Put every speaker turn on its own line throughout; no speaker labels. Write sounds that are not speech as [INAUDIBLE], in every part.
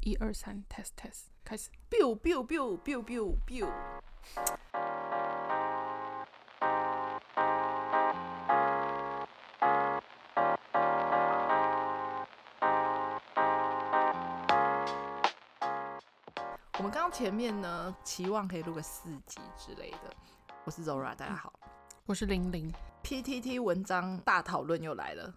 一二三，test test，开始。
biu biu biu biu biu biu。我们刚刚前面呢，期望可以录个四集之类的。我是 Zora，大家好。
我是玲玲。
PTT 文章大讨论又来了，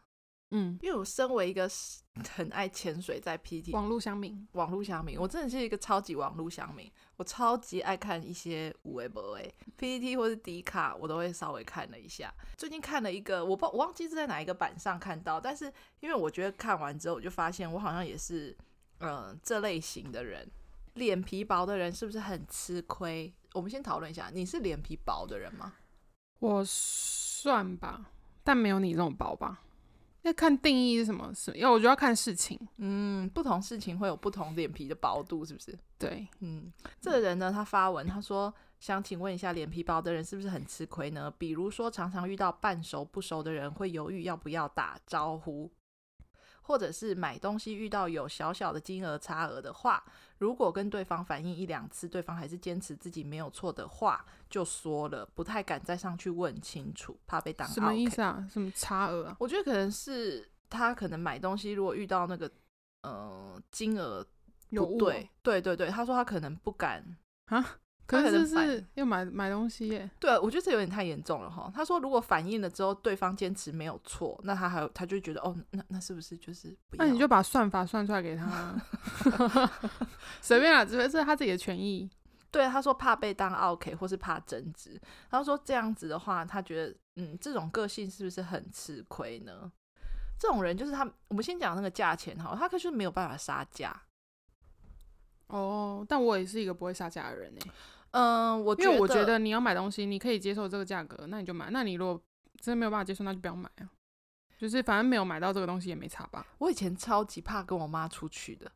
嗯，
因为我身为一个是很爱潜水在 PTT
网络乡民，
网络乡民，我真的是一个超级网络乡民，我超级爱看一些五维博诶 PPT 或是迪卡，我都会稍微看了一下。最近看了一个，我不我忘记是在哪一个版上看到，但是因为我觉得看完之后，我就发现我好像也是，嗯、这类型的人，脸皮薄的人是不是很吃亏？我们先讨论一下，你是脸皮薄的人吗？
我算吧，但没有你这种薄吧。要看定义是什么，是要我就要看事情。
嗯，不同事情会有不同脸皮的薄度，是不是？
对，
嗯，这个人呢，他发文他说：“想请问一下，脸皮薄的人是不是很吃亏呢？比如说，常常遇到半熟不熟的人，会犹豫要不要打招呼，或者是买东西遇到有小小的金额差额的话，如果跟对方反映一两次，对方还是坚持自己没有错的话，就说了，不太敢再上去问清楚，怕被当
什么意
OK
思啊？什么差额啊？
我觉得可能是他可能买东西，如果遇到那个呃金额
有
不
误哦
对，对对对，他说他可能不敢。”
啊？可
他可
是
能
这是要买买东西耶。
对，我觉得这有点太严重了哈。他说，如果反应了之后，对方坚持没有错，那他还有他就觉得哦，那那是不是就是不要？
那你就把算法算出来给他 [LAUGHS] 啊，随便啦，只是这是他自己的权益。
对他说怕被当 OK 或是怕争执。他说这样子的话，他觉得嗯，这种个性是不是很吃亏呢？这种人就是他，我们先讲那个价钱哈，他可是没有办法杀价。
哦，但我也是一个不会杀价的人诶，
嗯，我
因为我觉得你要买东西，你可以接受这个价格，那你就买。那你如果真的没有办法接受，那就不要买啊。就是反正没有买到这个东西也没差吧。
我以前超级怕跟我妈出去的，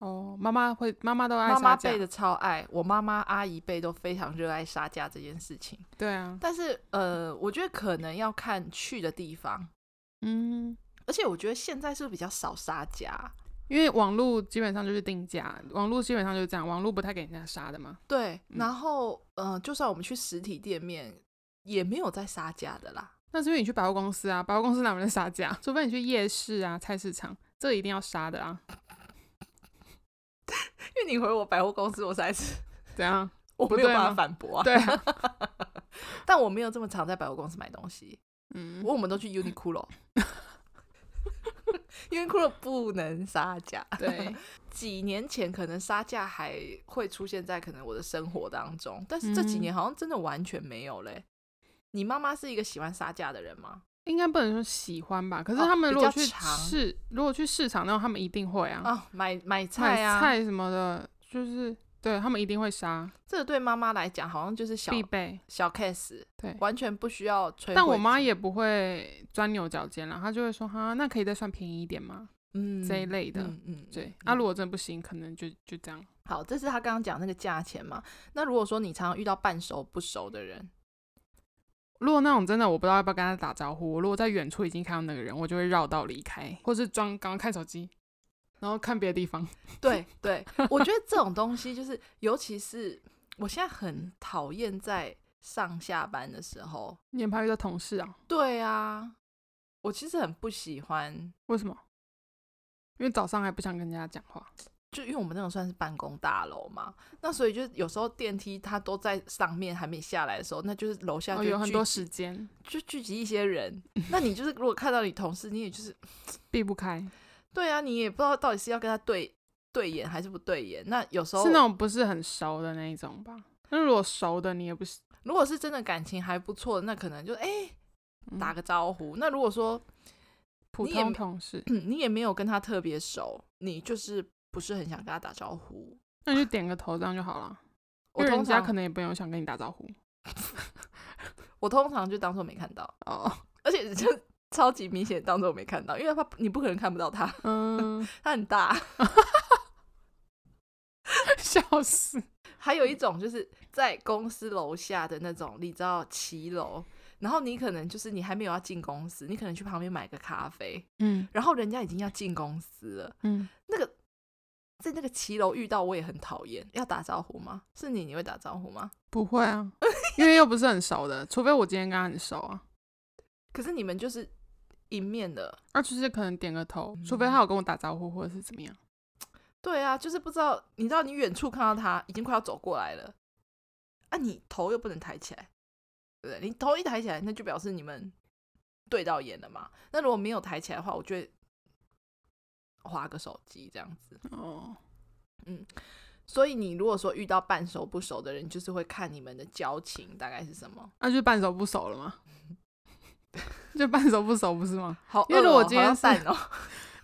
哦，妈妈会，妈妈都爱
妈妈
杀价
辈，的超爱，我妈妈阿姨辈都非常热爱杀价这件事情。
对啊，
但是呃，我觉得可能要看去的地方，
嗯，
而且我觉得现在是不是比较少杀价？
因为网络基本上就是定价，网络基本上就是这样，网络不太给人家杀的嘛。
对，
嗯
然后呃，就算我们去实体店面，也没有在杀价的啦。
那是因为你去百货公司啊，百货公司哪有人在杀价？ [LAUGHS] 除非你去夜市啊、菜市场，这一定要杀的啊。
[LAUGHS] 因为你回我百货公司，我实在是
怎样？
我
不
没有
对
办法
吗
反驳啊。
对
[LAUGHS]
啊，
但我没有这么常在百货公司买东西，
嗯
我，我们都去 [LAUGHS] Uniqlo，Uniqlo 不能杀价。 [LAUGHS]
对，
几年前可能杀价还会出现在可能我的生活当中，但是这几
嗯
年好像真的完全没有嘞。你妈妈是一个喜欢杀价的人吗？
应该不能说喜欢吧。可是
哦
他们
比
如果
较
去
长
市，如果去市场那种，他们一定会啊，
啊，买买菜
买
啊，
菜什么的，就是对他们一定会杀，
这个对妈妈来讲好像就是小
必备。
小 case，
对，
完全不需要吹。
但我妈，也不会钻牛角尖啦，她就会说哈，那可以再算便宜一点吗？
嗯，
这一类的。
嗯嗯，
对
嗯，
那、如果真的不行，可能就就这样。
好，这是他刚刚讲那个价钱嘛。那如果说你常常遇到半熟不熟的人，
如果那种真的我不知道要不要跟他打招呼，我如果在远处已经看到那个人，我就会绕道离开，或是装刚刚看手机，然后看别的地
[LAUGHS]
方。
对
[LAUGHS]
对，我觉得这种东西就是，尤其是我现在很讨厌在上下班的时候。
你很怕遇到同事啊？
对啊，我其实很不喜欢，
为什么？因为早上还不想跟人家讲话。
就因为我们那种算是办公大楼嘛，那所以就是有时候电梯它都在上面还没下来的时候，那就是楼下
哦，
就
有很
聚
多
集
时间
就聚集一
[LAUGHS]
些人。那你就是如果看到你同事，你也就是
避不开，
对啊，你也不知道到底是要跟他对对眼还是不对眼。那有时候
是那种不是很熟的那一种吧？那如果熟的，你也不是、
如果是真的感情还不错，那可能就哎、
嗯
打个招呼。那如果说、
普
你也
通
没
同事，
嗯你也没有跟他特别熟，你就是不是很想跟他打招呼。
那你就点个头这样就好了。
我
因为
通
人家
常
可能也不用想跟你打招呼。
我通常就当做没看到，
哦，
[LAUGHS] 而且就超级明显当做我没看到，因为他你不可能看不到他，
[LAUGHS] 嗯，
他很大。
[LAUGHS]
[LAUGHS]
笑死。
还有一种就是在公司楼下的那种，你知道骑楼，然后你可能就是你还没有要进公司，你可能去旁边买个咖啡，
嗯
然后人家已经要进公司了，
嗯，
那个在那个骑楼遇到我也很讨厌，要打招呼吗？是你，你会打招呼吗？
不会 [LAUGHS] 啊，因为又不是很熟的，除非我今天跟他很熟啊。
可是你们就是一面的，
啊，就是可能点个头，除非他有跟我打招呼或者是怎么样。
对啊，就是不知道，你知道你远处看到他已经快要走过来了，啊，你头又不能抬起来，对不对？你头一抬起来，那就表示你们对到眼了嘛。那如果没有抬起来的话，我就会划个手机这样子。
哦，
所以你如果说遇到半熟不熟的人，你就是会看你们的交情大概是什么。
啊那、就半熟不熟了 [LAUGHS] 嘛，就半熟不熟不是吗？
好饿哦，
因为如果今天
好
是
像散 [LAUGHS] 哦，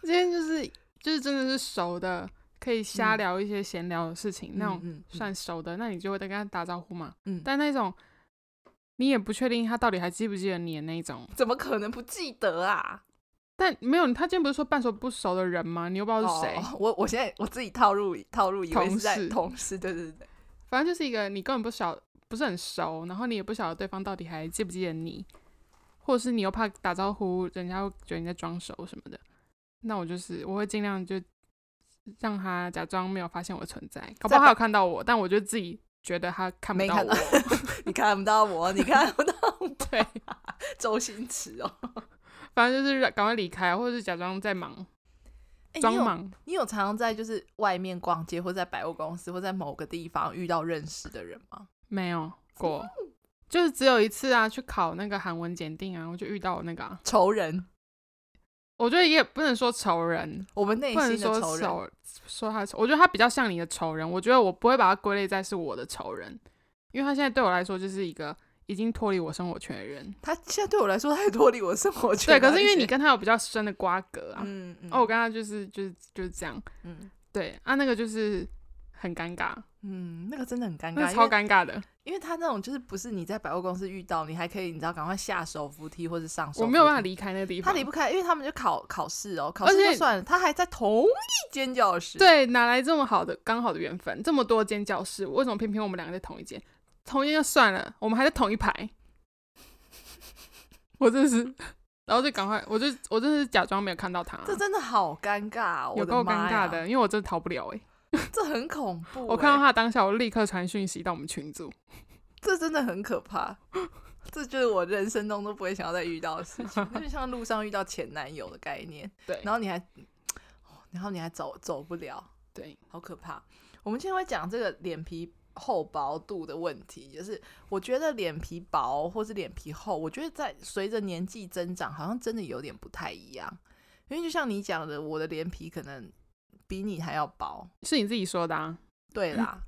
今天就是就是真的是熟的，可以瞎聊一些闲聊的事情，那种
嗯嗯嗯
算熟的，那你就会再跟他打招呼嘛。
嗯
但那种你也不确定他到底还记不记得你的那一种，
怎么可能不记得啊？
但没有他今天不是说半熟不熟的人吗？你又不知道是谁，
哦我我现在我自己套路套路，以为是在
同事
同事，对对对，
反正就是一个你根本不晓不是很熟，然后你也不晓得对方到底还记不记得你，或者是你又怕打招呼人家会觉得你在装熟什么的。那我就是我会尽量就让他假装没有发现我的存在，搞不好
再把
他有看到我，但我就自己觉得他看不
没
到
看
我 [LAUGHS]
到。你看不到我，你看不到 [LAUGHS] 我，
对，
周星驰哦。
反正就是赶快离开，或者是假装在忙，
哎
装
你有
忙。
你有常常在就是外面逛街，或在百货公司，或在某个地方遇到认识的人吗？
没有过，就是只有一次啊，去考那个韩文检定啊，我就遇到那个、啊，
仇人，
我觉得也不能说仇人，
我们内
不能
心
说哦
的仇人。
仇，说他，我觉得他比较像你的仇人。我觉得我不会把他归类在是我的仇人，因为他现在对我来说就是一个已经脱离我生活圈的
[LAUGHS]
人。
他现在对我来说太脱离我生活圈
对，
了。
可是因为
而且
你，跟他有比较深的瓜葛啊。
嗯嗯，
哦，我跟他就是就是就是这样。
嗯
对啊，那个就是很尴尬，
嗯，那个真的很尴
那
尬，
个超
因为
尴尬的。
因为他那种就是不是你在百货公司遇到，你还可以你知道赶快下手扶梯或者上手，
我没有办法。离开那个地
他
方。啊
离不开，因为他们就考考试哦，考
而
试就
且
算了，他还在同一间教室。，
对，哪来这么好的刚好的缘分？这么多间教室，为什么偏偏我们两个在同一间？同一间就算了，我们还在同一排。 [LAUGHS] 我真是，然后就赶快，我就我真是假装没有看到他，
这真的好尴尬
啊
哦，
有
我的
够尴
妈呀
尬的，因为我真的逃不了哎、
这很恐怖欸、
我看到他当下，我立刻传讯息到我们群组，
这真的很可怕， [LAUGHS] 这就是我人生中都不会想要再遇到的事情，
[LAUGHS]
那就像路上遇到前男友的概念。
对
然后你还，哦然后你还走走不了，
对，
好可怕。我们今天会讲这个脸皮厚薄度的问题，就是我觉得脸皮薄或是脸皮厚，我觉得在随着年纪增长，好像真的有点不太一样。因为就像你讲的，我的脸皮可能比你还要薄，
是你自己说的啊，
对啦。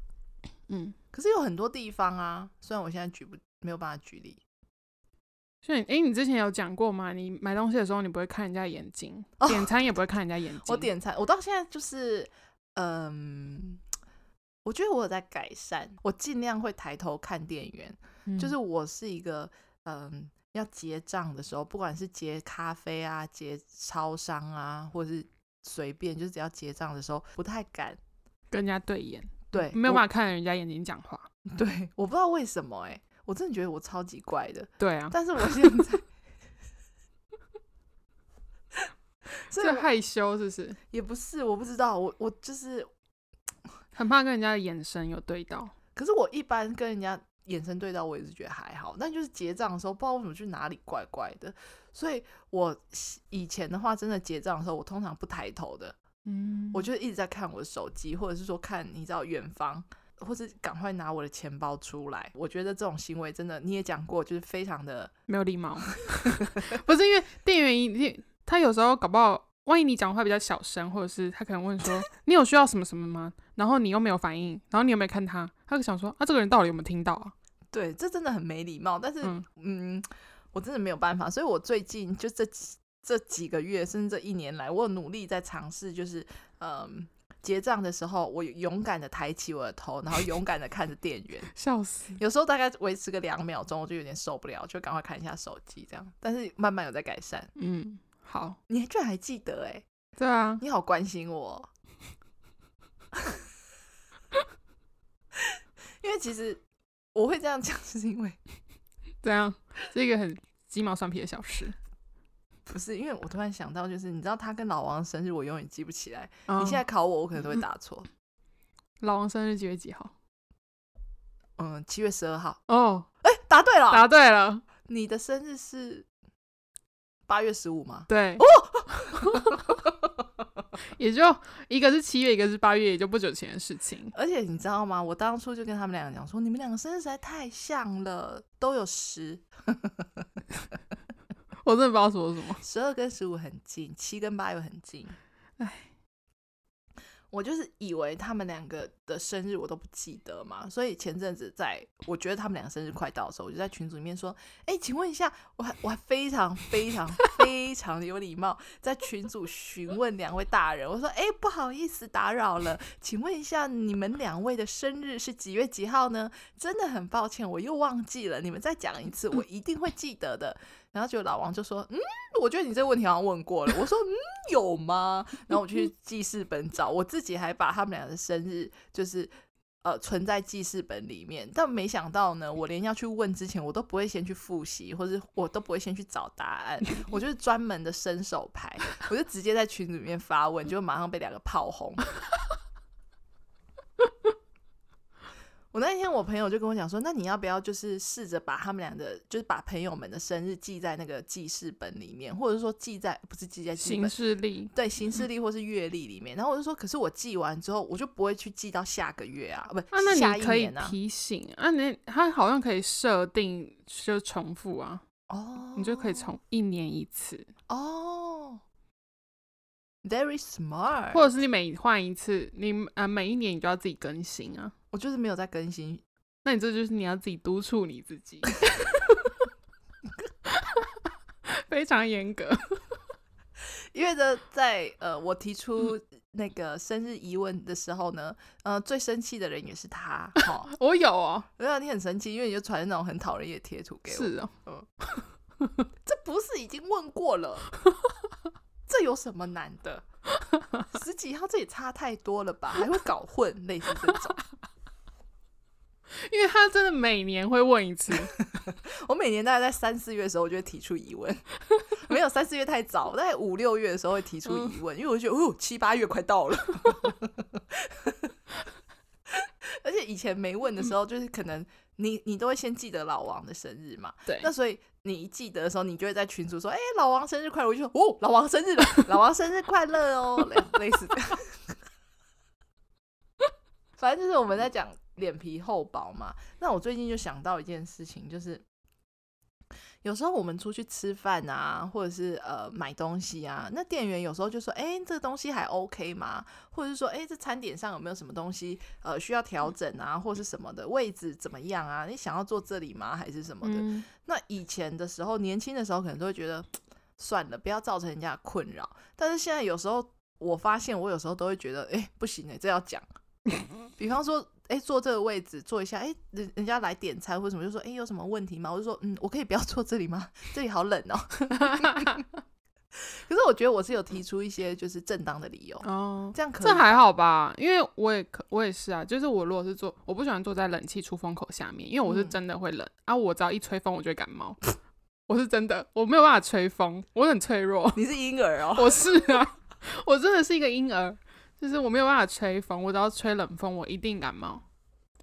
嗯，
可是有很多地方啊，虽然我现在举不没有办法举例，
所以哎、诶你之前有讲过吗？你买东西的时候，你不会看人家眼睛，
哦
点餐也不会看人家眼睛，
我点餐，我到现在就是，嗯，我觉得我有在改善，我尽量会抬头看店员，
嗯
就是我是一个，嗯，要结账的时候，不管是结咖啡啊、结超商啊，或是随便，就是只要结账的时候，不太敢。
跟人家对眼，
对，
嗯没有
我
办法看人家眼睛讲话。
[LAUGHS] 对，我不知道为什么哎、我真的觉得我超级怪的，
对啊，
但是我现在，所以
这
我
害羞是不是？
也不是，我不知道，我我就是
很怕跟人家的眼神有对到。
可是我一般跟人家眼神对到，我也是觉得还好，但就是结账的时候，不知道为什么去哪里怪怪的。所以我以前的话，真的结账的时候，我通常不抬头的，
嗯
我就一直在看我的手机，或者是说看你知道远方，或是赶快拿我的钱包出来。我觉得这种行为真的你也讲过，就是非常的
没有礼 [LAUGHS] 貌，不是因为店员一定他有时候搞不好，万一你讲话比较小声，或者是他可能问 [LAUGHS] 说你有需要什么什么吗？然后你又没有反应，然后你有没有看他？他就想说啊，这个人到底有没有听到啊？
对，这真的很没礼貌。但是
嗯
嗯我真的没有办法，所以我最近就这几这几个月，甚至这一年来，我有努力在尝试，就是嗯。结账的时候，我勇敢的抬起我的头，然后勇敢的看着店员。
笑死！
有时候大概维持个两秒钟，我就有点受不了，就赶快看一下手机这样。但是慢慢有在改善。
嗯，好，
你居然还记得哎、
对啊，
你好关心我。哦 [LAUGHS] 因为其实我会这样讲，就是因为
这样是一个很鸡毛蒜皮的小事。
不是，因为我突然想到，就是你知道他跟老王的生日，我永远记不起来。
嗯
你现在考我，我可能都会答错。
老王生日几月几号？
嗯，七月十二号，
哦，
哎、答对了。
答对了，
你的生日是八月十五吗？
对哦， [LAUGHS] 也就一个是七月，一个是八月，也就不久前的事情。
而且你知道吗？我当初就跟他们两个讲说，你们两个生日实在太像了，都有十
我真的不知道说什么。
十二跟十五很近，七跟八又很近。
唉，
我就是以为他们两个的生日我都不记得嘛，所以前阵子在我觉得他们两个生日快到的时候，我就在群组里面说：“哎、请问一下，我还我还非常非常非常的有礼貌，在群组询问两位大人，我说：哎、不好意思打扰了，请问一下你们两位的生日是几月几号呢？真的很抱歉，我又忘记了，你们再讲一次，我一定会记得的。”然后就老王就说：“嗯，我觉得你这个问题好像问过了。”我说：“嗯，有吗？”然后我就去记事本找，我自己还把他们俩的生日就是呃存在记事本里面，但没想到呢，我连要去问之前，我都不会先去复习，或者我都不会先去找答案，我就是专门的伸手牌，我就直接在群里面发问，就马上被两个炮轰。我那一天，我朋友就跟我讲说，那你要不要就是试着把他们俩的，就是把朋友们的生日记在那个记事本里面，或者说记在不是记在记
行
本，
事历，
对行
嗯
事历或是月历里面。然后我就说，可是我记完之后，我就不会去记到下个月啊，不，
啊，那
下
你
一
可以
年啊。
提醒啊，你它好像可以设定就重复啊，
哦，
你就可以重一年一次，
哦。Very smart，
或者是你每换一次，你啊每一年你就要自己更新啊。
我就是没有在更新，
那你这就是你要自己督促你自己， [LAUGHS] 非常严格。 [LAUGHS]
因为呢，在呃我提出
嗯
那个生日疑问的时候呢，呃，最生气的人也是他，
[LAUGHS]
哈、哦，
我有哦，
我让你很生气，因为你就传那种很讨人厌的贴图给我，
是哦，
这不是已经问过了？这有什么难的？十几号这也差太多了吧？还会搞混，类似这种。
因为他真的每年会问一
[LAUGHS]
次，
我每年大概在三四月的时候，我就会提出疑问，没有三四月太早，大概五六月的时候会提出疑问，因为我觉得哦，七八月快到了。而且以前没问的时候，就是可能你你都会先记得老王的生日嘛，
对
那所以你一记得的时候，你就会在群组说：“哎、老王生日快乐！”我就说：“哦，老王生日了，老王生日快乐哦！”类 [LAUGHS] 类似这样。反正就是我们在讲脸皮厚薄嘛。那我最近就想到一件事情，就是有时候我们出去吃饭啊，或者是呃买东西啊，那店员有时候就说：“哎、这个东西还 OK 吗？”或者是说：“哎、这餐点上有没有什么东西呃需要调整啊，或是什么的位置怎么样啊？你想要坐这里吗？还是什么的？”
嗯，
那以前的时候，年轻的时候可能都会觉得算了，不要造成人家的困扰。但是现在有时候，我发现我有时候都会觉得，哎、不行哎、这要讲。
[LAUGHS]
比方说，哎、坐这个位置坐一下，哎、人人家来点餐或什么，就说，哎、有什么问题吗？我就说，嗯，我可以不要坐这里吗？ [LAUGHS] 这里好冷哦、可是我觉得我是有提出一些就是正当的理由，
哦，
这样可以
这还好吧，因为我也可我也是啊，就是我如果是坐，我不喜欢坐在冷气出风口下面，因为我是
嗯
真的会冷、啊，我只要一吹风我就会感冒， [LAUGHS] 我是真的，我没有办法吹风，我很脆弱。 [LAUGHS]
你是婴儿哦、
我是啊， [LAUGHS] 我真的是一个婴儿，就是我没有办法吹风，我只要吹冷风，我一定感冒。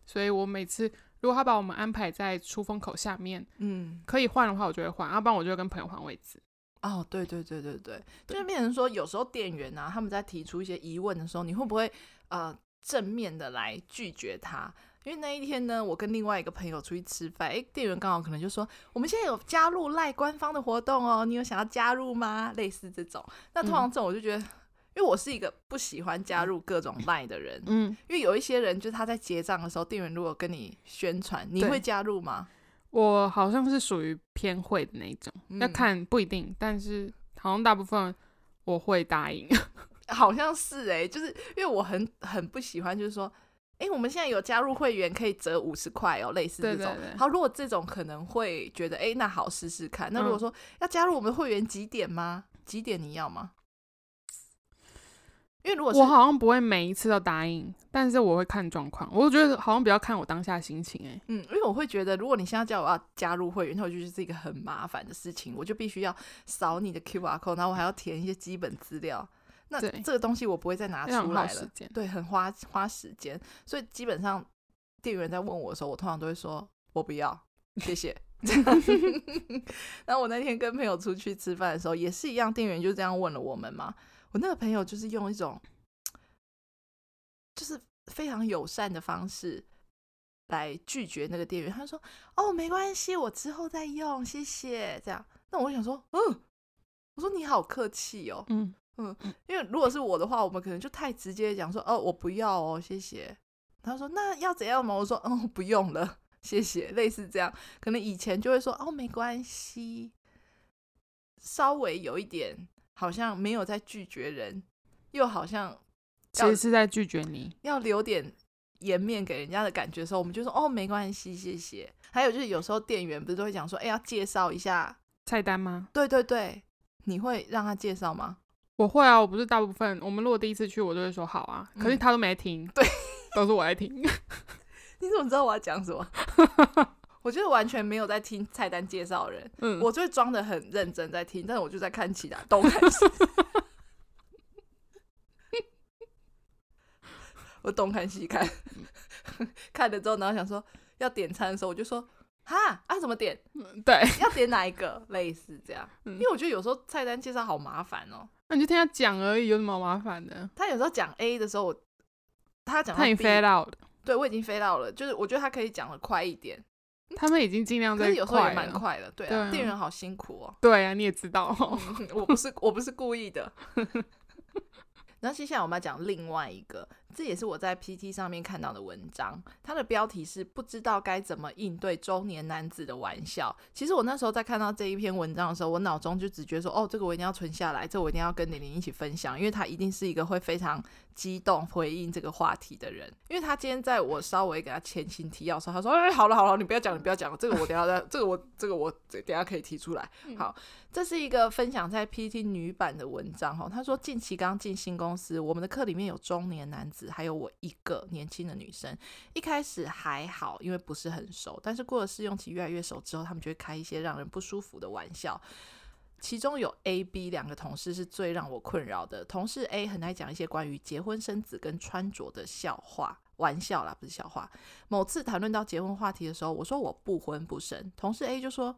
所以我每次如果他把我们安排在出风口下面，
嗯，
可以换的话，我就会换；要啊不然我就会跟朋友换位置。
哦，对对对对对，就是变成说，有时候店员啊，他们在提出一些疑问的时候，你会不会呃正面的来拒绝他？因为那一天呢，我跟另外一个朋友出去吃饭，诶，店员刚好可能就说，我们现在有加入赖官方的活动哦，你有想要加入吗？类似这种，那
嗯
通常这种我就觉得，因为我是一个不喜欢加入各种赖的人，
嗯，
因为有一些人就是他在结账的时候，店员如果跟你宣传，你
对
会加入吗？
我好像是属于偏会的那一种，要
嗯
看不一定，但是好像大部分我会答应。
好像是哎、就是因为我很很不喜欢，就是说，哎、我们现在有加入会员可以折五十块哦，类似这
对
种。
对对
好，如果这种可能会觉得，哎、那好试试看。那如果
嗯
[LAUGHS] 说、要加入我们会员几点吗？几点你要吗？因为如果是
我好像不会每一次都答应，但是我会看状况。我觉得好像比较看我当下心情、欸。哎，
嗯，因为我会觉得，如果你现在叫我要加入会员，那我就觉得是一个很麻烦的事情，我就必须要扫你的 QR code，然后我还要填一些基本资料。那
对
这个东西我不会再拿
要很
出
耗
来
时
了，
间。
对，很花花时间。所以基本上店员在问我的时候，我通常都会说我不要，谢谢。 [LAUGHS] 然后我那天跟朋友出去吃饭的时候，也是一样，店员就这样问了我们嘛。我那个朋友就是用一种就是非常友善的方式来拒绝那个店员，他说：“哦，没关系，我之后再用，谢谢。”这样，那我想说，嗯，我说你好客气哦，
嗯，
因为如果是我的话，我们可能就太直接讲说，哦，我不要哦，谢谢。他说那要怎样吗？我说，嗯，不用了，谢谢。类似这样，可能以前就会说，哦，没关系，稍微有一点好像没有在拒绝人，又好像
其实是在拒绝你。
要留点颜面给人家的感觉的时候，我们就说，哦，没关系，谢谢。还有就是有时候店员不是都会讲说，哎，要介绍一下，
菜单吗？
对对对，你会让他介绍吗？
我会啊，我不是大部分我们如果第一次去，我就会说好啊，可是
嗯
他都没听，
对，
都是我在
[LAUGHS]
听。
你怎么知道我要讲什么？ [LAUGHS] 我就是完全没有在听菜单介绍的人，
嗯，
我就会装的很认真在听，但是我就在看其他 [LAUGHS] 东看西，我东看西看，
嗯
看了之后，然后想说要点餐的时候，我就说哈啊怎么点？
对，
要点哪一个？ [LAUGHS] 类似这样，
嗯
因为我觉得有时候菜单介绍好麻烦哦。
那你就听他讲而已，有什么麻烦的？
他有时候讲 A 的时候，我他讲到
他已
B，
经 fail out，了
对我已经飞到了，就是我觉得他可以讲的快一点。
他们已经尽量
可
在
是有时候也
快
蛮
了。
快的，对
对
啊，
啊
店员好辛苦哦。
对啊，你也知
[LAUGHS]
道，
我不是我不是故意的。然后接下来我们要讲另外一个，这也是我在 PT 上面看到的文章，它的标题是“不知道该怎么应对中年男子的玩笑”。其实我那时候在看到这一篇文章的时候，我脑中就只觉得说，哦，这个我一定要存下来，这我一定要跟玲玲一起分享，因为她一定是一个会非常激动回应这个话题的人。因为她今天在我稍微给她前情提要的时候，她说：“哎，好了好了，你不要讲，你不要讲，这个我等一下再，这个我这个我等一下可以提出来。”好，这是一个分享在 PT 女版的文章哈，他说近期刚进新公司，我们的课里面有中年男子，还有我一个年轻的女生。一开始还好，因为不是很熟，但是过了试用期越来越熟之后，他们就会开一些让人不舒服的玩笑。其中有 A、B 两个同事是最让我困扰的。同事 A 很爱讲一些关于结婚生子跟穿着的笑话、玩笑啦，不是笑话。某次谈论到结婚话题的时候，我说我不婚不生，同事 A 就说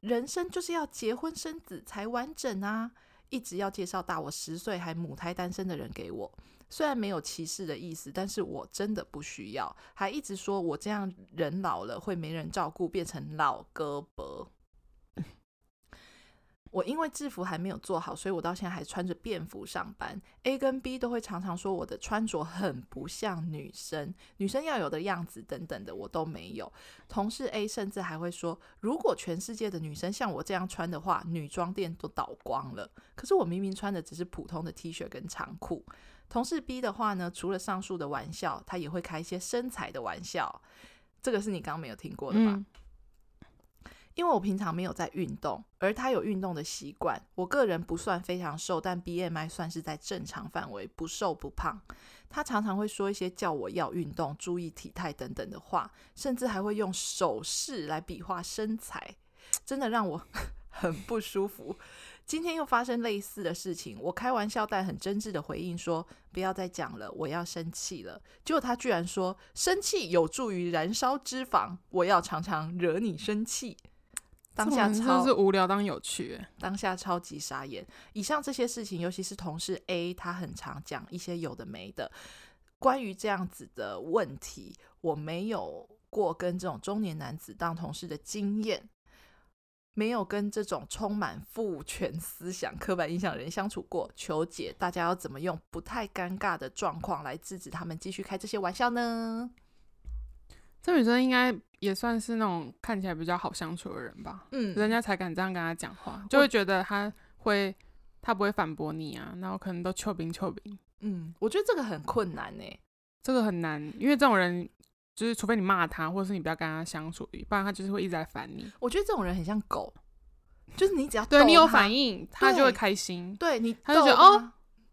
人生就是要结婚生子才完整啊！一直要介绍大我十岁还母胎单身的人给我，虽然没有歧视的意思，但是我真的不需要。还一直说我这样人老了会没人照顾，变成老胳膊。我因为制服还没有做好，所以我到现在还穿着便服上班。A 跟 B 都会常常说我的穿着很不像女生，女生要有的样子等等的，我都没有。同事 A 甚至还会说，如果全世界的女生像我这样穿的话，女装店都倒光了。可是我明明穿的只是普通的 T 恤跟长裤。同事 B 的话呢，除了上述的玩笑，他也会开一些身材的玩笑，这个是你刚刚没有听过的吧？
嗯，
因为我平常没有在运动，而他有运动的习惯。我个人不算非常瘦，但 BMI 算是在正常范围，不瘦不胖。他常常会说一些叫我要运动、注意体态等等的话，甚至还会用手势来比划身材，真的让我 [LAUGHS] 很不舒服。今天又发生类似的事情，我开玩笑但很真挚的回应说：“不要再讲了，我要生气了。”结果他居然说：“生气有助于燃烧脂肪，我要常常惹你生气。”当下
这种人
超
真的是无聊当有趣、欸，
当下超级傻眼。以上这些事情，尤其是同事 A，他很常讲一些有的没的。关于这样子的问题，我没有过跟这种中年男子当同事的经验，没有跟这种充满父权思想、刻板印象的人相处过。求解，大家要怎么用不太尴尬的状况来制止他们继续开这些玩笑呢？
这女生应该也算是那种看起来比较好相处的人吧，人
嗯，
家才敢这样跟她讲话，就会觉得她会，她不会反驳你啊，然后可能都丘冰丘冰，
嗯，我觉得这个很困难欸呢、
这个很难，因为这种人就是除非你骂他，或者是你不要跟他相处，不然他就是会一直在烦你。
我觉得这种人很像狗，就是你只要
对你有
反应。
反应，他就
对
会开心。
对你，
他就觉得
哦
哦，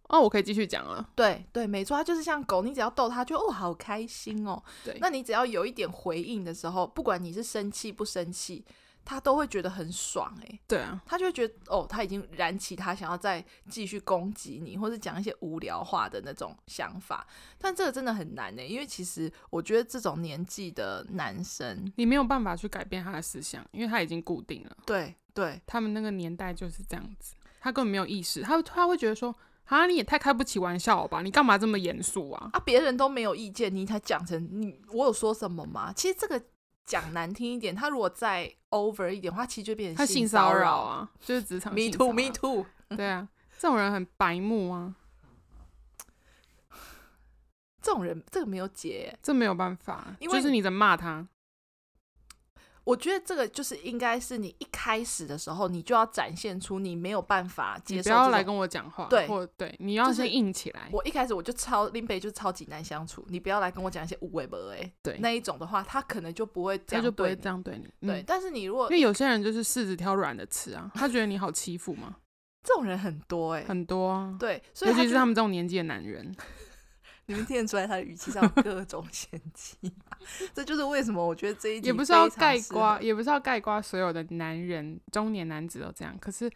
哦，我可以继续讲了。
对对，没错，它就是像狗，你只要逗它，就哦好开心哦。
对，
那你只要有一点回应的时候，不管你是生气不生气，它都会觉得很爽诶、
对啊，
他就会觉得哦，他已经燃起他想要再继续攻击你，或是讲一些无聊话的那种想法。但这个真的很难欸呢，因为其实我觉得这种年纪的男生，
你没有办法去改变他的思想，因为他已经固定了。
对对
他们那个年代就是这样子，他根本没有意识，他他会觉得说，啊，你也太开不起玩笑了吧？你干嘛这么严肃啊？
啊，别人都没有意见，你才讲成你我有说什么吗？其实这个讲难听一点，他如果再 over 一点的话，其实就变
他
成
性
骚
骚扰。啊，就是职场
Me
性骚
too,
扰
me too。
对啊，这种人很白目啊，
这种人，这个没有解耶。
这没有办法，
因为
就是你在骂他，
我觉得这个就是应该是你一开始的时候，你就要展现出你没有办法接
你不
受。
要来跟我讲话，
对
或对，你要
就是
先硬起来，
我一开始我就超林北就是超级难相处，你不要来跟我讲一些无谓不哎，
对
那一种的话，他可能就不会这
他
样
就不
对
会
你
这样对你。嗯
对，，但是你如果
因为有些人就是柿子挑软的吃啊，他觉得你好欺负嘛，
这种人很多哎、
很多啊，
对，所以
尤
他
其
就是
他们这种年纪的男人，
你们听得出来他的语气
[LAUGHS]
上有各种嫌弃吗，这就是为什么我觉得这一集
也不是要
非常
盖
适合
瓜，也不是要盖瓜所有的男人，中年男子都这样。可是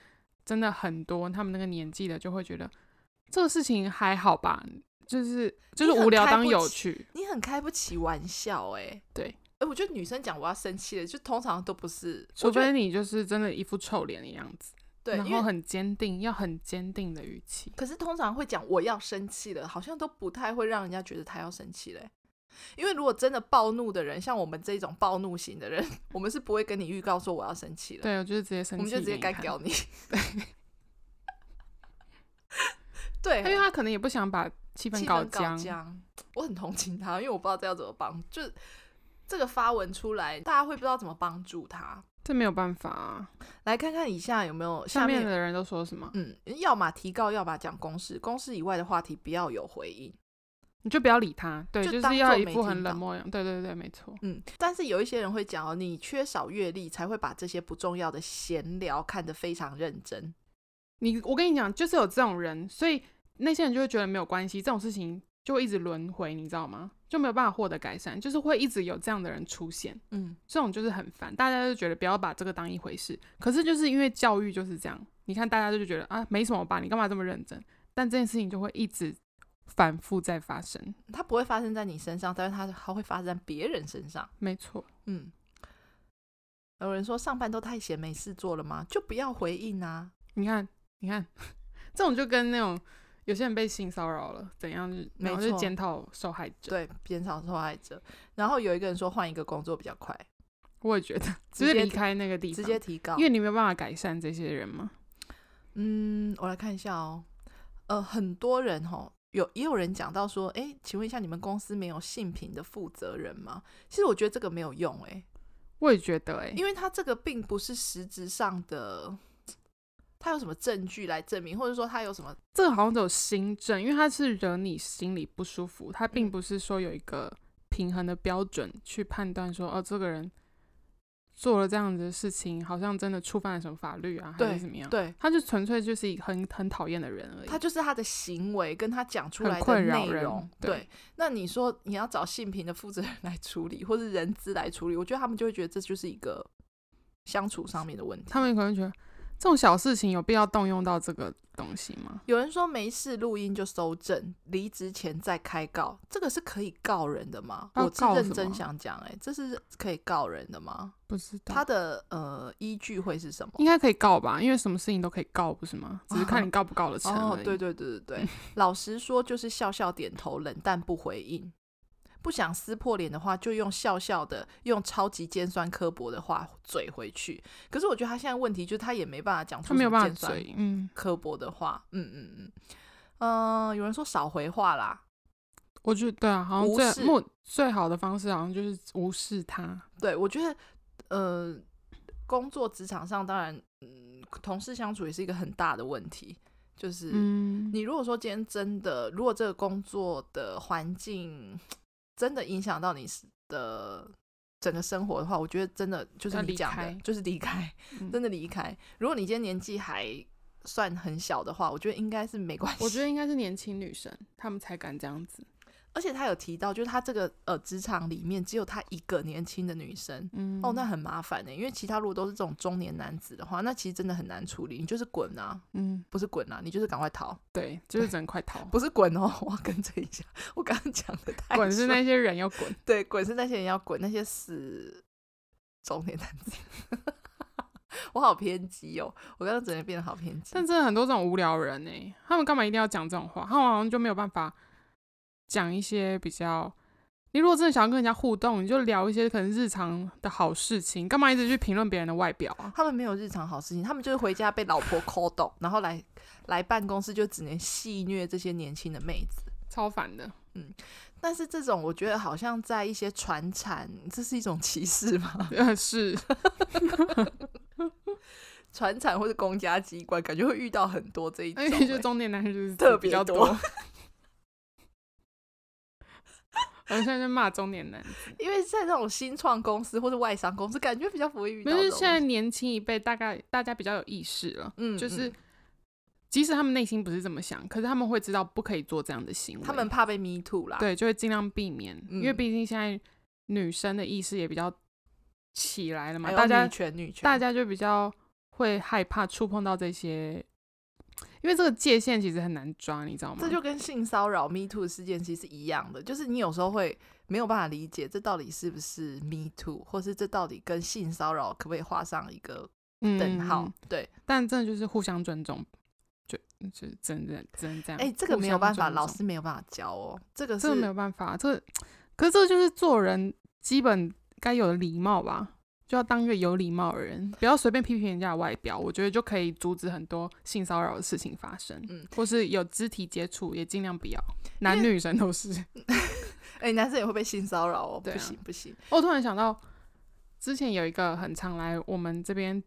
真的很多，他们那个年纪的就会觉得这个事情还好吧，就是就是
你很
无聊
开
当
不
有
起
趣，
你很开不起玩笑哎、
对。
哎、我觉得女生讲我要生气了，就通常都不是，
除
我觉得
非你就是真的一副臭脸的样子，
对，
然
因为
后很坚定，要很坚定的语气。
可是通常会讲我要生气了，好像都不太会让人家觉得他要生气嘞。因为如果真的暴怒的人，像我们这种暴怒型的人， [LAUGHS] 我们是不会跟你预告说我要生气了，
对，我就是直接生
我
气，
们就直接干掉。你。对， [LAUGHS]
因为他可能也不想把气氛
气氛
搞
僵。我很同情他，因为我不知道这要怎么帮，就是这个发文出来，大家会不知道怎么帮助他。
这没有办法啊。
来看看以下有没有
下
下
面的人都说什么，
嗯，要么提告，要么讲公事，公事以外的话题不要有回应。
你就不要理他，对，
就
就
当
是要
作
一
没
副
听
很冷
到
漠样。对对对，没错。
嗯，但是有一些人会讲哦，你缺少阅历才会把这些不重要的闲聊看得非常认真。
你，我跟你讲，就是有这种人，所以那些人就会觉得没有关系，这种事情就会一直轮回，你知道吗？就没有办法获得改善，就是会一直有这样的人出现，
嗯，
这种就是很烦，大家就觉得不要把这个当一回事。可是就是因为教育就是这样，你看大家就觉得啊没什么吧，你干嘛这么认真？但这件事情就会一直反复在发生，
它不会发生在你身上，但是它它会发生在别人身上。
没错，
嗯，有人说上班都太闲没事做了吗？就不要回应啊。
你看，你看， [LAUGHS] 这种就跟那种有些人被性骚扰了，怎样，然后
没
就
错
检讨受害者。
对，减少受害者。然后有一个人说换一个工作比较快，
我也觉得，就
直
是
接
离开那个地方，
直接提高
因。为你没有办法改善这些人嘛。
嗯，我来看一下哦。呃，很多人哦，有也有人讲到说，哎，请问一下，你们公司没有性平的负责人吗？其实我觉得这个没有用，哎，
我也觉得、欸，
因为他这个并不是实质上的，他有什么证据来证明，或者说他有什么
这个好像只有新政，因为它是惹你心里不舒服，它并
嗯
不是说有一个平衡的标准去判断说，哦，这个人做了这样子的事情，好像真的触犯了什么法律啊，还
对
是怎么样？
对。
他就纯粹就是一个很很讨厌的人而已。
他就是他的行为跟他讲出
很
来的
困扰
内
人
容，
对
那你说你要找性平的负责人来处理，或是人资来处理，我觉得他们就会觉得这就是一个相处上面的问题。
他们可能觉得这种小事情有必要动用到这个东西吗？
有人说没事录音就搜证，离职前再开告，这个是可以告人的吗？
要
我是
啊告
认
什
真
么
想讲，哎，这是可以告人的吗？
不知道，
他的呃依据会是什么？
应该可以告吧，因为什么事情都可以告，不是吗？只是看你告不告得成而
哦
已。，
对对对
[LAUGHS]
对对，老实说就是笑笑点头，冷淡不回应。不想撕破脸的话，就用笑笑的，用超级尖酸刻薄的话嘴回去。可是我觉得他现在问题就是他也没办法讲出
他没有
什么
办
尖
法
酸
嘴，嗯，
刻薄的话。嗯嗯嗯，嗯、呃有人说少回话啦，
我觉得对啊，好像
无
最
视
目最好的方式好像就是无视他，
对，我觉得，呃，工作职场上当然，嗯，同事相处也是一个很大的问题。就是、
嗯，
你如果说今天真的，如果这个工作的环境真的影响到你是的整个生活的话，我觉得真的就是
要
你
离
讲的
开，
就是离开，
嗯
真的离开。如果你今天年纪还算很小的话，我觉得应该是没关系。
我觉得应该是年轻女生，她们才敢这样子。
[LAUGHS] 而且他有提到，就是他这个呃职场里面只有他一个年轻的女生，
嗯，
哦，那很麻烦呢、因为其他如果都是这种中年男子的话，那其实真的很难处理。你就是滚啊，
嗯，
不是滚啊，你就是赶快逃，，
对，就是只能快逃
[LAUGHS] 不是滚哦。我要更正一下，我刚刚讲的太
滚是
顺
那些人要
[LAUGHS]
滚。
对滚是那些人要滚，那些死中年男子。 [LAUGHS] 我好偏激哦！我刚刚整个变得好偏激。
但真的很多这种无聊人呢、他们干嘛一定要讲这种话？他们好像就没有办法讲一些比较。你如果真的想要跟人家互动，你就聊一些可能日常的好事情，干嘛一直去评论别人的外表啊？
他们没有日常好事情，他们就是回家被老婆 call 动，然后来来办公室就只能戏虐这些年轻的妹子。
超烦的。 [LAUGHS]
但是这种我觉得好像在一些传产，这是一种歧视吗？ [LAUGHS]
呃，是，
传产或者公家机关，感觉会遇到很多这一种、
而且哎就
欸
中年男人就是
特
比
别
较
多。 [LAUGHS]
多。我现在在骂中年男，
因为在这种新创公司或者外商公司，感觉比较不 [LAUGHS] 会遇
可
到这种。
是现在年轻一辈，大概大家比较有意识了，
嗯，
就是
嗯
即使他们内心不是这么想，可是他们会知道不可以做这样的行为，
他们怕被 me too 啦。，
对就会尽量避免，因为
嗯
毕竟现在女生的意识也比较起来了嘛，
还有
大家
女权女权，
大家就比较会害怕触碰到这些，因为这个界限其实很难抓，你知道吗？
这就跟性骚扰 me too 事件其实是一样的，就是你有时候会没有办法理解这到底是不是 me too，或是这到底跟性骚扰可不可以画上一个等号？
嗯
对，
但真的就是互相尊重，就就真的真的这样。
哎、这个
互
没有
相
办法，
尊
老
重
师没有办法教哦，这个
这个
是
没有办法，这个可是这个就是做人基本该有的礼貌吧，就要当一个有礼貌的人，不要随便批评人家的外表，我觉得就可以阻止很多性骚扰的事情发生，
嗯
或是有肢体接触也尽量不要，男女生都是。 [LAUGHS]
哎、男生也会被性骚扰哦，
对啊
不行不行，
我突然想到，之前有一个很常来我们这边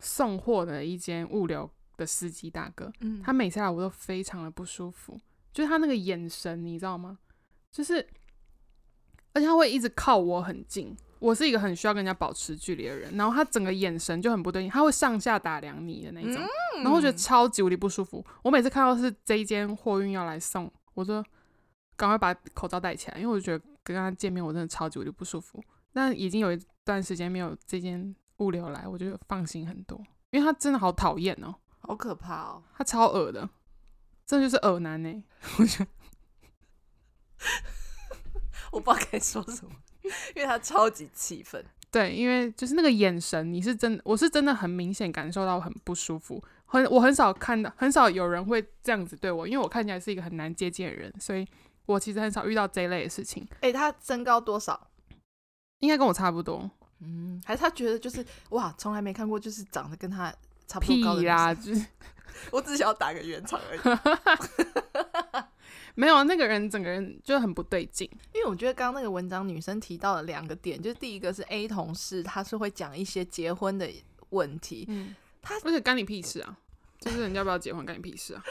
送货的一间物流的司机大哥，
嗯，
他每次来我都非常的不舒服，就是他那个眼神，你知道吗？就是，而且他会一直靠我很近。我是一个很需要跟人家保持距离的人，然后他整个眼神就很不对劲，他会上下打量你的那种，然后我觉得超级无敌不舒服。我每次看到是这一间货运要来送，我就赶快把口罩戴起来，因为我觉得跟他见面我真的超级无敌不舒服。但已经有一段时间没有这间物流来，我就放心很多，因为他真的好讨厌哦。
好可怕
[LAUGHS]
哦，
他超恶的，这就是恶男呢、 [LAUGHS] 我觉得
我不知道该说什么，因为他超级
[LAUGHS]
气愤，
对，因为就是那个眼神，你是真，我是真的很明显感受到很不舒服。很，我很少看到，很少有人会这样子对我，因为我看起来是一个很难接近的人，所以我其实很少遇到这一类的事情。
哎、他身高多少？
应该跟我差不多，
嗯，还是他觉得就是哇，从来没看过就是长得跟他差不多
屁
高的女
啦，
生
就是
我只想要打个圆场
[LAUGHS]
而已。
没有啊那个人，整个人就很不对劲。
因为我觉得刚刚那个文章女生提到了两个点，就是第一个是 A 同事，她是会讲一些结婚的问题，
嗯，
他
而且干你屁事啊！就是人家不要结婚，干你屁事啊！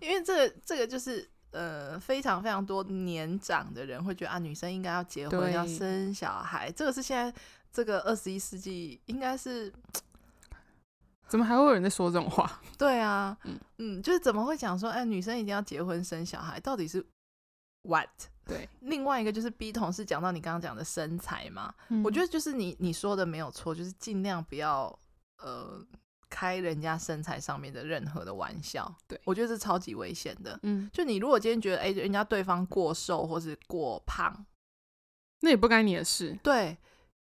因为这个这个就是呃非常非常多年长的人会觉得啊女生应该要结婚
对
要生小孩，这个是现在这个二十一世纪应该是
怎么还会有人在说这种话？
对啊，
嗯
嗯就是怎么会讲说哎女生一定要结婚生小孩，到底是 what？
对，
[LAUGHS] 另外一个就是 B 同事讲到你刚刚讲的身材嘛，我觉
得
得就是你你说的没有错，就是尽量不要呃开人家身材上面的任何的玩笑。
对
我觉得这超级危险的。
嗯，
就你如果今天觉得哎、诶人家对方过瘦或是过胖，
那也不干你的事，
对，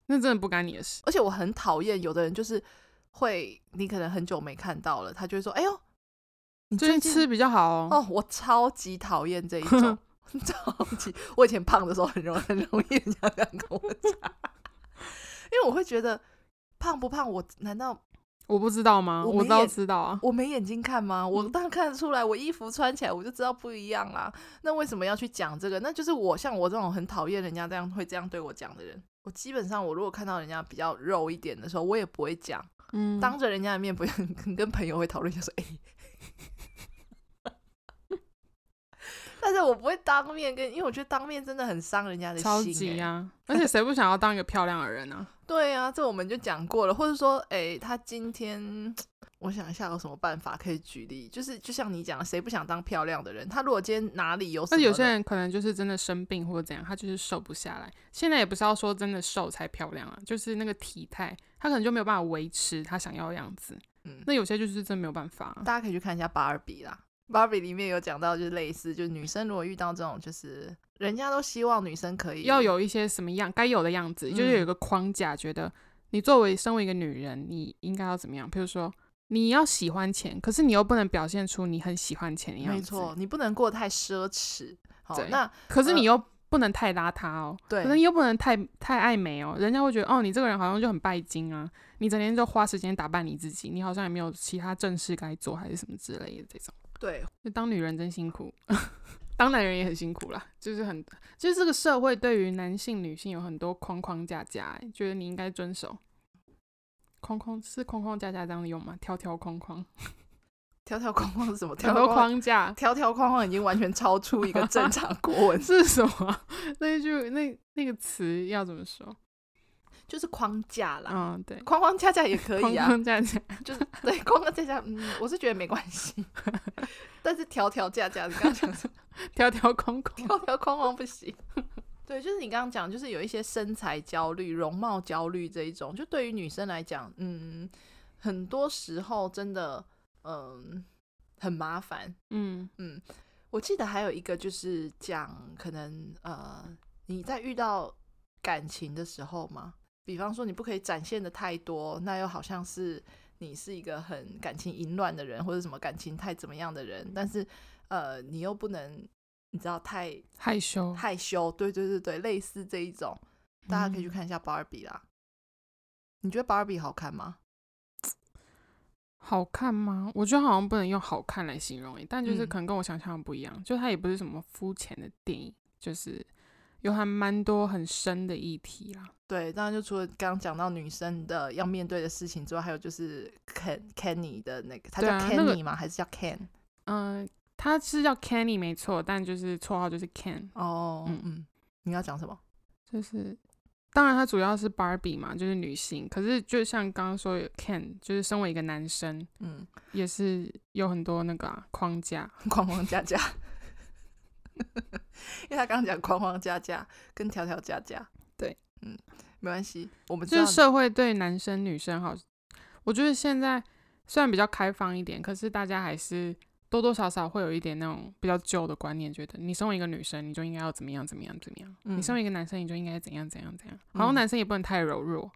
那真的不干你的事。
而且我很讨厌有的人就是会，你可能很久没看到了，他就会说，哎呦，你
最
最
近
近
吃比较好哦。
哦，我超级讨厌这一种，超级。我以前胖的时候很容很容易人家这样跟我讲， [LAUGHS] 因为我会觉得胖不胖，我难道
我不知道吗？
我
我
没
倒
眼
知道啊。
我没眼睛看吗？我当然看得出来，我衣服穿起来我就知道不一样啦。那为什么要去讲这个？那就是我像我这种很讨厌人家这样会这样对我讲的人。我基本上，我如果看到人家比较肉一点的时候，我也不会讲，
嗯，
当着人家的面不会跟跟朋友会讨论一下说，哎、 [LAUGHS] 但是我不会当面跟，因为我觉得当面真的很伤人家的心、
超
哎
级啊！而且谁不想要
[LAUGHS]
当一个漂亮的人啊？
对啊，这我们就讲过了，或者说，哎，他今天我想一下有什么办法可以举例，就是就像你讲，谁不想当漂亮的人？他如果今天哪里有什
那
么的，
有些人可能就是真的生病或者怎样，他就是瘦不下来。现在也不是要说真的瘦才漂亮啊，就是那个体态，他可能就没有办法维持他想要的样子。
嗯，
那有些就是真的没有办法啊、
大家可以去看一下芭尔比啦。芭比里面有讲到，就是类似，就是女生如果遇到这种，就是人家都希望女生可以
要有一些什么样该有的样子，就是有一个框架，觉得你作为身为一个女人，你应该要怎么样？比如说你要喜欢钱，可是你又不能表现出你很喜欢钱的样子，
没错，，你不能过得太奢侈。好
对，
那
可是你又不能太邋遢哦，
嗯对
可是你又不能太太爱美哦，人家会觉得哦，你这个人好像就很拜金啊，你整天就花时间打扮你自己，你好像也没有其他正事该做，还是什么之类的这种。
对
就当女人真辛苦， [LAUGHS] 当男人也很辛苦啦，就是很，就是这个社会对于男性、女性有很多框框架架、欸，觉得你应该遵守。框框是框框架架这样用吗？条条框框，
条条框框是什么？ [LAUGHS] 条
很
条
多
框
框架，
条条框框已经完全超出一个正常国
[LAUGHS]
文
是什么？ [LAUGHS] 那一句那那个词要怎么说？
就是框架啦。
嗯，对，
框框架架也可
框
以啊，
框架架，
就是对框框架架，嗯，我是觉得没关系。 [LAUGHS] 但是条条架架，你刚刚讲什么
条条框
[LAUGHS]
框，
条条框框不行。 [LAUGHS] 对，就是你刚刚讲，就是有一些身材焦虑、容貌焦虑这一种，就对于女生来讲，嗯，很多时候真的，嗯，很麻烦。
嗯，
我记得还有一个就是讲，可能呃，你在遇到感情的时候嘛，比方说你不可以展现的太多，那又好像是你是一个很感情淫乱的人，或者什么感情太怎么样的人，但是呃，你又不能你知道太
害羞，
害羞，对对对对，类似这一种，大家可以
嗯
去看一下芭比啦。你觉得芭比好看吗？
好看吗？我觉得好像不能用好看来形容诶，但就是
嗯
可能跟我想象的不一样，就它也不是什么肤浅的电影，就是有还蛮多很深的议题啦。
对，当然就除了刚刚讲到女生的要面对的事情之外，还有就是 Ken Kenny 的那个，他
对
叫
啊那个
Kenny 吗？还是叫 Ken？
嗯、他是叫 Kenny 没错，但就是绰号就是 Ken，
哦，嗯
嗯
你要讲什么？
就是当然他主要是 Barbie 嘛，就是女性。可是就像刚刚说有 Ken，就是身为一个男生，
嗯，
也是有很多那个啊、框架。
框框架架， [LAUGHS] 因为他刚刚讲框框架架跟条条架架，
对，
嗯，没关系，我们知
就
道
是社会对男生女生好，我觉得现在虽然比较开放一点，可是大家还是多多少少会有一点那种比较旧的观念，觉得你身为一个女生，你就应该要怎么样怎么样怎么样，
嗯
你身为一个男生，你就应该怎样怎样怎样，好像
嗯
男生也不能太柔弱，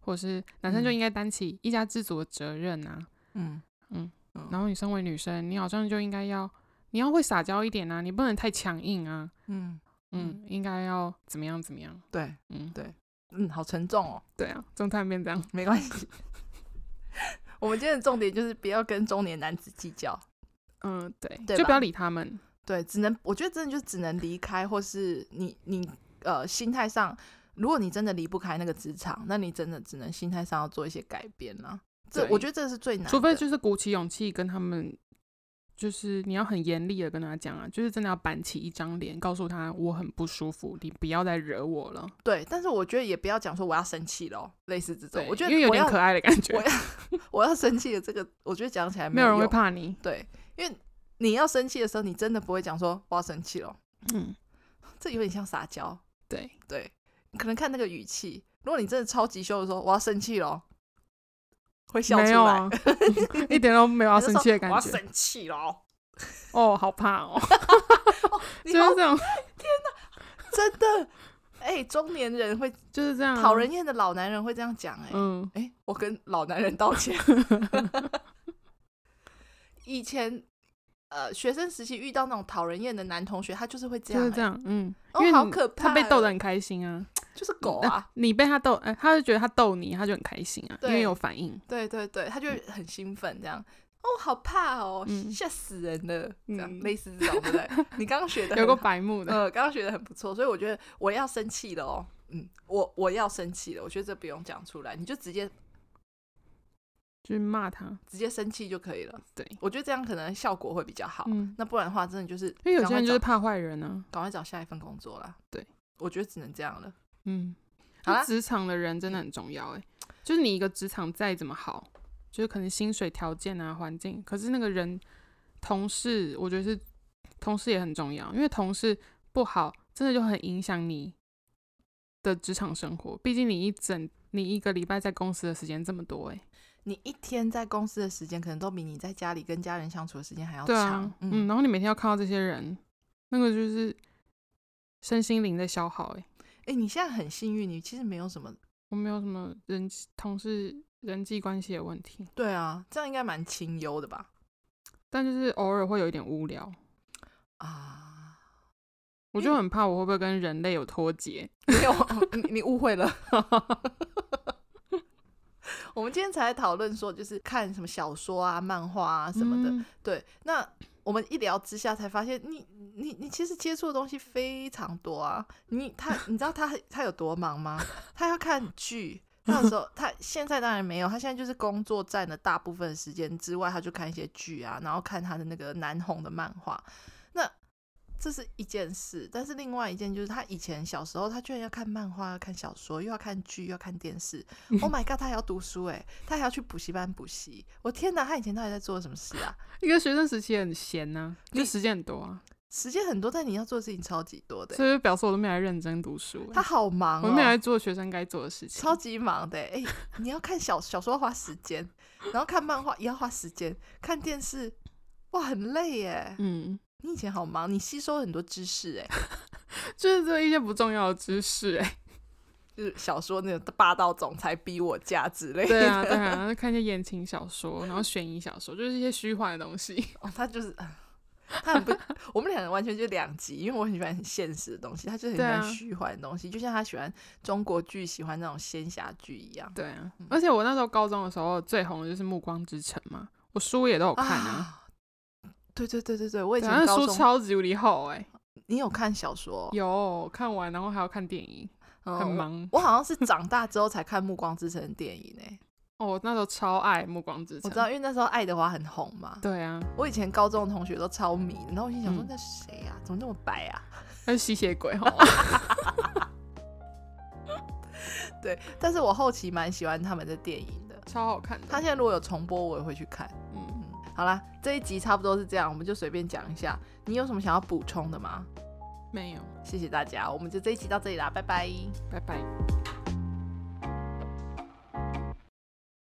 或者是男生就
嗯
应该担起一家之主的责任啊，
嗯
嗯
嗯
然后你身为女生，你好像就应该要你要会撒娇一点啊，你不能太强硬啊，
嗯，
嗯，应该要怎么样怎么样，
对，
嗯，
对嗯，好沉重哦，
对啊，中餐变这样。
没关系。 [LAUGHS] 我们今天的重点就是不要跟中年男子计较，
嗯，对，
对
就
吧
不要理他们。
对，只能我觉得真的就只能离开，或是你你呃心态上，如果你真的离不开那个职场，那你真的只能心态上要做一些改变啦。这
对
我觉得这是最难的，
除非就是鼓起勇气跟他们，就是你要很严厉的跟他讲啊，就是真的要板起一张脸，告诉他我很不舒服，你不要再惹我了。
对，但是我觉得也不要讲说我要生气咯，类似这种
对，，
我觉
因
得
为有
我
点
要
可爱的感觉
我，我要生气的这个，我觉得讲起来
没
有
有人会
用。
怕
[LAUGHS]
你。
对，因为你要生气的时候，你真的不会讲说我要生气咯，
嗯，
这有点像撒娇。
对，
对，可能看那个语气，如果你真的超级凶的说我要生气咯，会笑出
没有
来。 [LAUGHS]
啊，一点都没有要
就
生
说
气的感
我要
觉。
生气
[LAUGHS]
了，
哦，好怕
[LAUGHS]
哦，
你
就
好
是这种，
真的， [LAUGHS] 哎、中年人会
就是这样啊，
讨人厌的老男人会这样讲、哎、
嗯，
哎、我跟老男人道
[LAUGHS]
歉。以前呃，学生时期遇到那种讨人厌的男同学，他就是会这
就
样、
是
哎
这样，嗯，
哦
因为
好
你
可
他被
怕
逗
哦
得很开心啊，
就是狗啊，
你被他逗，呃，他就觉得他逗你，他就很开心啊，因
对
为有反应。
对对对，他就会很兴奋这
[LAUGHS]
样。哦，好怕哦，
嗯
吓死人了！这样
嗯
类似这种，对不对？你刚刚学
[LAUGHS]
的
有个白目的，
呃，刚刚学的很不错，所以我觉得我要生气了哦。嗯，我我要生气了，我觉得这不用讲出来，你就直接
就是骂他。
直接生气就可以了。
对，
我觉得这样可能效果会比较好。
嗯，
那不然的话，真的就是
因为有
赶
些
快
人就是
找
怕坏人啊。
赶快找下一份工作啦。
对，
我觉得只能这样了。
嗯，
好啦
欸就职场的人真的很重要哎、就是你一个职场再怎么好，就是可能薪水条件啊、环境，可是那个人同事，我觉得是同事也很重要，因为同事不好，真的就很影响你的职场生活。毕竟你一整你一个礼拜在公司的时间这么多、欸，诶，
你一天在公司的时间，可能都比你在家里跟家人相处的时间还要
对
长。
啊，
嗯，
嗯，然后你每天要看到这些人，那个就是身心灵的消耗、欸，诶，
哎、你现在很幸运，你其实没有什么。
我没有什么人际同事人际关系的问题，
对啊，这样应该蛮清幽的吧？
但就是偶尔会有一点无聊。
啊，
我
嗯
就很怕我会不会跟人类有脱节。
没有， [LAUGHS] 你你误会了。 [LAUGHS] 我们今天才讨论说，就是看什么小说啊、漫画啊什么的。
嗯
对，那我们一聊之下才发现你，你你其实接触的东西非常多啊。你他，你知道他他有多忙吗？他要看剧，他有时候他现在当然没有，他现在就是工作占了大部分时间之外，他就看一些剧啊，然后看他的那个南红的漫画。那这是一件事，但是另外一件就是他以前小时候，他居然要看漫画、要看小说，又要看剧，又要看电视。Oh my god，他还要读书哎，他还要去补习班补习。我天哪，他以前到底在做什么事啊？
一个学生时期很闲呐、就
你
时间很多啊，
时间很多，但你要做的事情超级多的欸。
所以就表示我都没来认真读书欸、
他好忙
我没有来
哦，
做学生该做的事情。
超级忙的欸。哎、你要看小小说要花时间，然后看漫画也要花时间，看电视哇很累耶。
嗯，
你以前好忙，你吸收很多知识哎，
就是这一些不重要的知识
[LAUGHS]
哎、
就是小说那种霸道总裁逼我嫁之类的。
对啊，对啊，就看一些言情小说，然后悬疑小说，就是一些虚幻的东
[LAUGHS]
西。
哦，他就是。他很不，我们两个完全就两极，因为我很喜欢很现实的东西，他就是很喜
对啊
欢虚幻的东西，就像他喜欢中国剧，喜欢那种仙侠剧一样。
对啊，而且我那时候高中的时候最红的就是《暮光之城》嘛，我书也都有看啊。
啊，对对对对对，我以
对
前
啊，那
高
书
中
超级无敌厚哎、
你有看小说？
有看完，然后还要看电影，
嗯
很。忙。
我我好像是长大之后才看《暮光之城》的电影呢、欸
哦，我那时候超爱《暮光之城》。
我知道，因为那时候爱德华很红嘛。
对啊，
我以前高中的同学都超迷，然后我心想说
嗯：“
那谁啊？怎么那么白啊
那是吸血鬼哦。？”
对，但是我后期蛮喜欢他们的电影的。
[LAUGHS] 超好看的。
他现在如果有重播，我也会去看。
嗯，
嗯，好啦，这一集差不多是这样，我们就随便讲一下。你有什么想要补充的吗？
没有，
谢谢大家，我们就这一集到这里啦，拜拜。
拜拜。